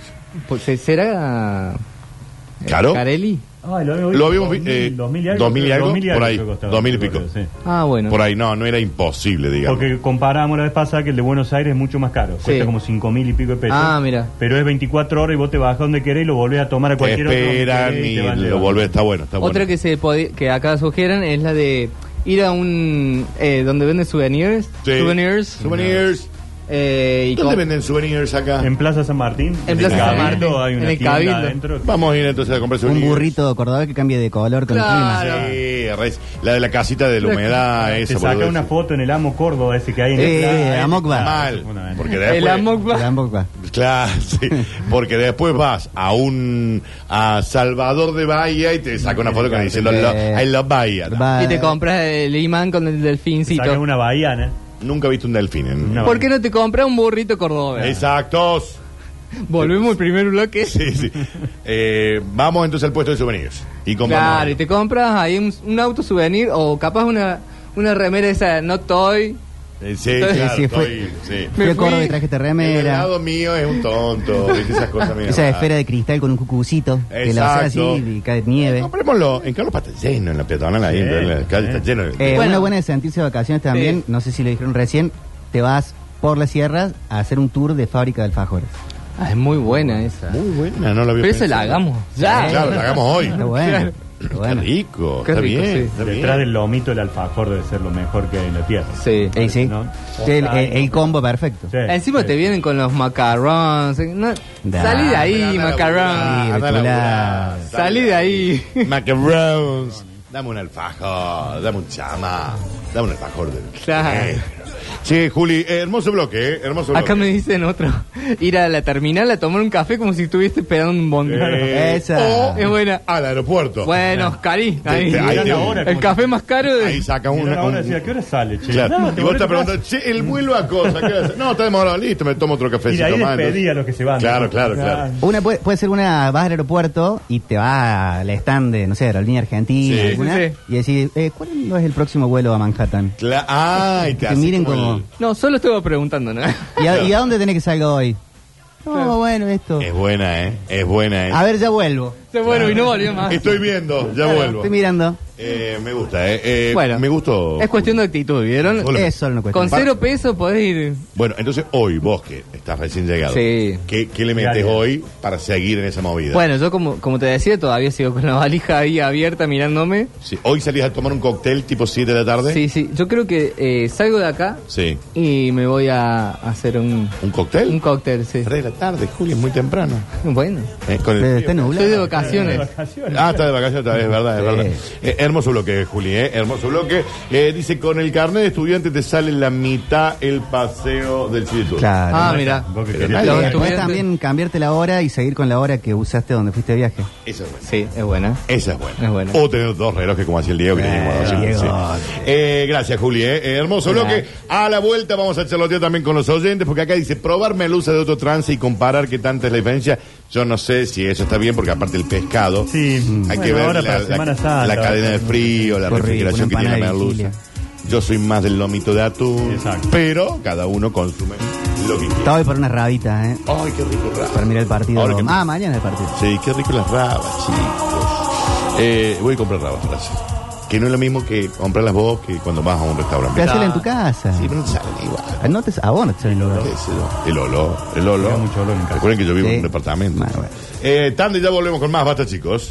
Speaker 2: Pues, ¿Será... eh,
Speaker 1: ¿Claro?
Speaker 2: Carelli?
Speaker 3: Ah, lo habíamos
Speaker 1: Lo habíamos
Speaker 3: visto.
Speaker 1: visto, eh,
Speaker 3: 2000 y algo.
Speaker 1: 2000 y algo,
Speaker 3: 2000 y
Speaker 1: por ahí,
Speaker 3: creo que costaba,
Speaker 1: 2000 y
Speaker 3: creo que,
Speaker 1: pico.
Speaker 3: sí.
Speaker 2: Ah, bueno.
Speaker 1: Por ahí no, no era imposible, digamos.
Speaker 3: Porque comparamos la vez pasada que el de Buenos Aires es mucho más caro. Cuesta
Speaker 2: Sí.
Speaker 3: como 5 mil y pico de pesos.
Speaker 2: Ah, mira.
Speaker 3: Pero es 24 horas y vos te vas donde querés y lo volvés a tomar a
Speaker 1: te
Speaker 3: cualquier
Speaker 1: esperan
Speaker 3: otro.
Speaker 1: y lo volvés. Está bueno, está bueno.
Speaker 2: Otra que se podi- que acá sugieran es la de ir a un... eh, donde venden souvenirs.
Speaker 1: Sí.
Speaker 2: Souvenirs.
Speaker 1: Souvenirs.
Speaker 2: eh, y
Speaker 1: ¿Dónde
Speaker 2: com-
Speaker 1: venden souvenirs acá?
Speaker 3: En Plaza San Martín.
Speaker 2: En
Speaker 1: Plaza San
Speaker 3: Cabildo
Speaker 2: Martín,
Speaker 3: Hay una
Speaker 2: en el
Speaker 3: tienda
Speaker 2: Cabildo.
Speaker 3: adentro.
Speaker 1: Vamos a ir entonces a comprar
Speaker 4: Un
Speaker 1: souvenirs.
Speaker 4: burrito cordobés que cambie de color con
Speaker 2: Claro.
Speaker 4: el clima.
Speaker 1: Sí, res- la de la casita de la humedad,
Speaker 3: Te
Speaker 1: esa.
Speaker 3: saca
Speaker 1: boludez.
Speaker 3: una foto en el amo Córdoba ese que hay en
Speaker 4: Eh,
Speaker 3: Plaza.
Speaker 4: Amok va.
Speaker 1: Mal. Porque después,
Speaker 2: El amok va-
Speaker 4: Tampoco.
Speaker 1: [LAUGHS] Claro, sí. Porque después vas a un. a Salvador de Bahía y te saca una foto con diciendo
Speaker 4: Eh,
Speaker 1: lo, I love Bahía. No.
Speaker 4: Va-
Speaker 2: Y te compras el imán con
Speaker 1: [LAUGHS]
Speaker 2: el delfincito.
Speaker 3: Saca una bahiana.
Speaker 1: Nunca viste un delfín en.
Speaker 3: No.
Speaker 2: ¿Por qué no te compras un burrito cordobés?
Speaker 1: Exactos.
Speaker 2: Volvemos al primer bloque.
Speaker 1: Sí,
Speaker 3: [LAUGHS]
Speaker 1: sí. Eh, vamos entonces al puesto de souvenirs. Y compramos.
Speaker 2: Claro, y te compras ahí un, un auto souvenir o capaz una, una remera esa, no toy.
Speaker 1: Eh, sí,
Speaker 2: Entonces-
Speaker 1: claro,
Speaker 4: Sí, sí, fue-
Speaker 1: estoy-
Speaker 2: [LAUGHS]
Speaker 1: sí.
Speaker 2: Me
Speaker 4: Fui a
Speaker 2: fui-
Speaker 4: Córdoba y traje esta
Speaker 1: El
Speaker 4: remera.
Speaker 1: lado mío es un tonto. ¿viste? Esas cosas
Speaker 2: [LAUGHS]
Speaker 1: me
Speaker 4: Esa esfera de cristal con un cucucito. Que la usas así
Speaker 1: Exacto.
Speaker 4: y cae nieve.
Speaker 1: Eh, Comprémoslo. En Carlos Paz está lleno, en la peatonal ahí,
Speaker 3: Sí,
Speaker 1: en la calle
Speaker 3: sí.
Speaker 1: está lleno.
Speaker 4: Eh,
Speaker 2: Bueno.
Speaker 4: Una buena de sentirse de vacaciones también,
Speaker 2: Sí.
Speaker 4: no sé si lo dijeron recién, te vas por las sierras a hacer un tour de fábrica de alfajores.
Speaker 2: Ah, es muy buena esa.
Speaker 1: Muy buena, no la había
Speaker 2: Pero esa la
Speaker 1: pensado.
Speaker 2: hagamos ya.
Speaker 1: Claro, la hagamos hoy.
Speaker 4: Está bueno. está
Speaker 1: Qué
Speaker 4: bueno.
Speaker 1: rico,
Speaker 2: Qué
Speaker 1: está
Speaker 2: rico,
Speaker 1: bien.
Speaker 2: sí.
Speaker 1: está bien.
Speaker 3: Detrás del lomito el alfajor debe ser lo mejor que hay en la tierra.
Speaker 2: Sí.
Speaker 4: Eh, sí.
Speaker 3: ¿No?
Speaker 4: Sí, el, eh, el- el combo perfecto.
Speaker 3: Sí,
Speaker 2: Encima
Speaker 3: sí.
Speaker 2: te vienen con los macarons. eh, no-
Speaker 4: Da.
Speaker 2: salí de
Speaker 1: Anda a
Speaker 2: ahí,
Speaker 1: laburar,
Speaker 2: macarons.
Speaker 1: anda a laburar,
Speaker 4: Circular.
Speaker 2: Salí de ahí.
Speaker 1: Macarons. Dame un alfajor, dame un chama, dame un alfajor. De...
Speaker 2: Claro.
Speaker 1: Eh. Sí, Juli, eh, hermoso bloque, eh, hermoso bloque.
Speaker 2: Acá me dicen otro. [LAUGHS] Ir a la terminal a tomar un café como si estuviese esperando un bondi.
Speaker 1: Eh,
Speaker 4: Esa.
Speaker 1: o
Speaker 2: Es buena.
Speaker 1: al aeropuerto.
Speaker 2: Bueno, Cari. Ahí.
Speaker 1: te- ahí te-
Speaker 2: El café más caro de...
Speaker 1: Ahí saca
Speaker 3: Mirá
Speaker 1: una-
Speaker 3: la hora,
Speaker 1: un...
Speaker 3: decía, ¿a qué hora sale, che?
Speaker 1: Claro.
Speaker 3: Nada, te
Speaker 1: y vos estás
Speaker 3: volvés a
Speaker 1: preguntando, che, el vuelo a cosa. ¿qué hora es? no, está demorado, listo, me tomo otro
Speaker 3: casa. Y de
Speaker 1: cafecito
Speaker 3: ahí
Speaker 1: más. entonces.
Speaker 3: despedí a los que se van.
Speaker 1: Claro, claro, claro.
Speaker 4: Una puede, puede ser una, vas al aeropuerto y te vas al stand de, no sé, Aerolínea Argentina,
Speaker 1: Sí.
Speaker 4: alguna,
Speaker 2: Sí, sí.
Speaker 4: y decís, eh, ¿cuál no es el próximo vuelo a Manhattan?
Speaker 1: Cla- ah, y te
Speaker 4: Que
Speaker 1: hace
Speaker 4: miren
Speaker 1: como el-
Speaker 2: No, solo estaba preguntando, ¿no?
Speaker 4: ¿Y a, y a dónde tenés que salga hoy? No, bueno, esto.
Speaker 1: Es buena, ¿eh? Es buena, ¿eh?
Speaker 4: Ah. A ver, ya vuelvo.
Speaker 2: Se bueno y no volvió más.
Speaker 1: Estoy viendo, ya vuelvo.
Speaker 4: Estoy mirando.
Speaker 1: Eh, me gusta, eh. Eh,
Speaker 2: Bueno,
Speaker 1: me gustó.
Speaker 2: Es cuestión de actitud, ¿vieron? Eh,
Speaker 1: Solo-
Speaker 4: Es solo una
Speaker 2: Con
Speaker 4: cuestión.
Speaker 2: cero peso podés ir.
Speaker 1: Bueno, entonces hoy, vos que estás recién llegado,
Speaker 2: Sí.
Speaker 1: ¿qué, qué le metes
Speaker 3: Dale.
Speaker 1: hoy para seguir en esa movida?
Speaker 2: Bueno, yo como, como te decía, todavía sigo con la valija ahí abierta mirándome.
Speaker 1: Sí, ¿Hoy salís a tomar un cóctel tipo 7 de la tarde?
Speaker 2: Sí, sí. Yo creo que eh, salgo de acá
Speaker 1: Sí.
Speaker 2: y me voy a hacer un,
Speaker 1: ¿Un cóctel?
Speaker 2: un cóctel, sí.
Speaker 1: 3 de la tarde, Julio, es muy temprano.
Speaker 2: Bueno,
Speaker 1: Eh, con el frío.
Speaker 4: Pero está nublado.
Speaker 2: estoy de vacaciones.
Speaker 3: Vacaciones.
Speaker 1: Ah, está de vacaciones otra vez, es verdad, es
Speaker 4: Sí.
Speaker 1: verdad. Eh, hermoso bloque, Juli, eh, hermoso bloque. Eh, dice, con el carnet de estudiante te sale la mitad el paseo del sitio.
Speaker 4: Claro.
Speaker 2: Ah, mira.
Speaker 3: Vos que
Speaker 1: Pero
Speaker 3: querés-
Speaker 1: nadie-
Speaker 4: Y
Speaker 2: Los
Speaker 4: después
Speaker 2: estudiantes-
Speaker 4: eh, también cambiarte la hora y seguir con la hora que usaste donde fuiste de viaje.
Speaker 1: Esa es buena.
Speaker 2: Sí, es buena.
Speaker 1: Esa es buena.
Speaker 2: Es buena.
Speaker 1: O tener dos relojes como hacía el Diego. Que tenía como dos
Speaker 4: Eh, Diego.
Speaker 1: relojes, sí. Eh, gracias, Juli. eh. Eh, hermoso
Speaker 2: Hola.
Speaker 1: bloque. A la vuelta vamos a charlotear también con los oyentes, porque acá dice probar melusa de otro trance y comparar qué tanta es la diferencia. Yo no sé si eso está bien, porque aparte el pescado.
Speaker 3: Sí,
Speaker 1: Hay
Speaker 3: bueno,
Speaker 1: que ver
Speaker 3: ahora para
Speaker 1: la, la-
Speaker 3: Semana Santa.
Speaker 1: la cadena de frío, la
Speaker 4: Qué rico,
Speaker 1: refrigeración que
Speaker 4: una
Speaker 1: tiene la
Speaker 4: empanada de
Speaker 1: merluza.
Speaker 4: vigilia.
Speaker 1: Yo soy más del lomito de atún,
Speaker 3: Exacto.
Speaker 1: pero cada uno consume lo que quiere.
Speaker 4: Estaba hoy por unas rabitas, ¿eh?
Speaker 1: Ay, qué rico rabo.
Speaker 4: Para mirar el partido.
Speaker 1: Ahora que-
Speaker 4: Ah, mañana el partido.
Speaker 1: Sí, qué rico las rabas, chicos. Eh, voy a comprar rabas para hacer. Que no es lo mismo que comprarlas vos que cuando vas a un
Speaker 4: Te
Speaker 1: restaurante. Ah,
Speaker 4: hacela en tu casa.
Speaker 1: Sí, pero no te salen igual.
Speaker 4: Ah, No te, ah, vos no te salen los
Speaker 1: ¿Qué es eso? El olor, el olor.
Speaker 3: Hay mucho olor en casa.
Speaker 1: Recuerden que yo vivo
Speaker 4: Sí.
Speaker 1: en un departamento.
Speaker 4: Ah, bueno.
Speaker 1: Eh, tarde ya volvemos con más, basta chicos.